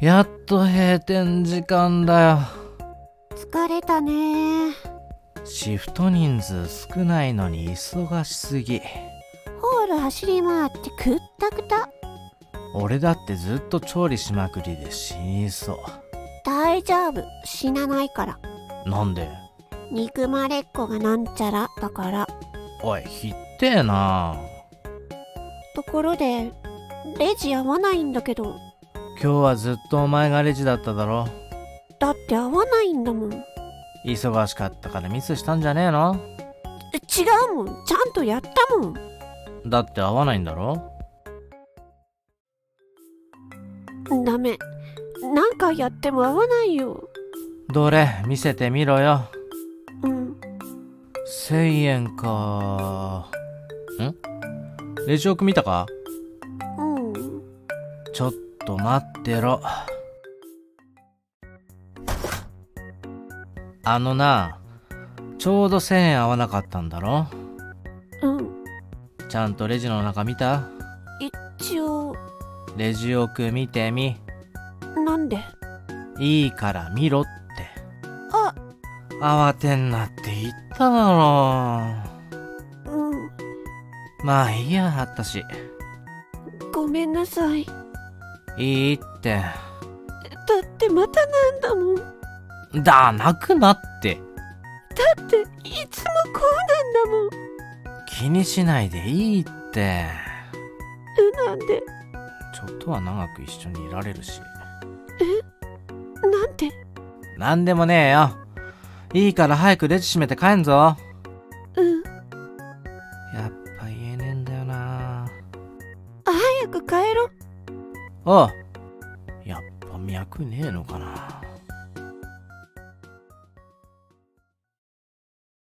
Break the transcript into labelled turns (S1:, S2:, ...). S1: やっと閉店時間だよ
S2: 疲れたね
S1: シフト人数少ないのに忙しすぎ
S2: ホール走り回ってくったくた
S1: 俺だってずっと調理しまくりで死にそ
S2: 大丈夫死なないから
S1: うなんで
S2: 憎まれっ子がなんちゃらだから
S1: おいひってえな
S2: ところでレジ合わないんだけど
S1: 今日はずっとお前がレジだっただろ
S2: だって合わないんだもん違
S1: 忙しかったからミスしたんじゃねえの
S2: うもんちゃんとやったもん
S1: だって合わないんだろ
S2: ダメ。何回やっても合わないよ。
S1: どれ見せてみろよ
S2: うん。
S1: 1000円かんレジ奥見たか
S2: うん。
S1: ちょっと待ってろあのなちょうど1000円合わなかったんだろ
S2: うん。
S1: ちゃんとレジの中見た
S2: 一応、
S1: レジ奥見てみ
S2: なんで
S1: いいから見ろって
S2: あ、
S1: 慌てんなって言っただろ
S2: うん。
S1: まあいいやあったし
S2: ごめんなさい。だ
S1: いいって
S2: ってまたなんだもん。だ
S1: だなくなって
S2: って、いつもこうなんだ
S1: 気にしないでいいって
S2: もん。え、なんで
S1: ちょっとは長く一緒にいられるし
S2: なんで
S1: なんでもねえよいいから早くレジ閉めて帰んぞ
S2: うん。
S1: やっぱ言えねえんだよな
S2: 早く帰ろ。
S1: おうやっぱ脈ねえのかな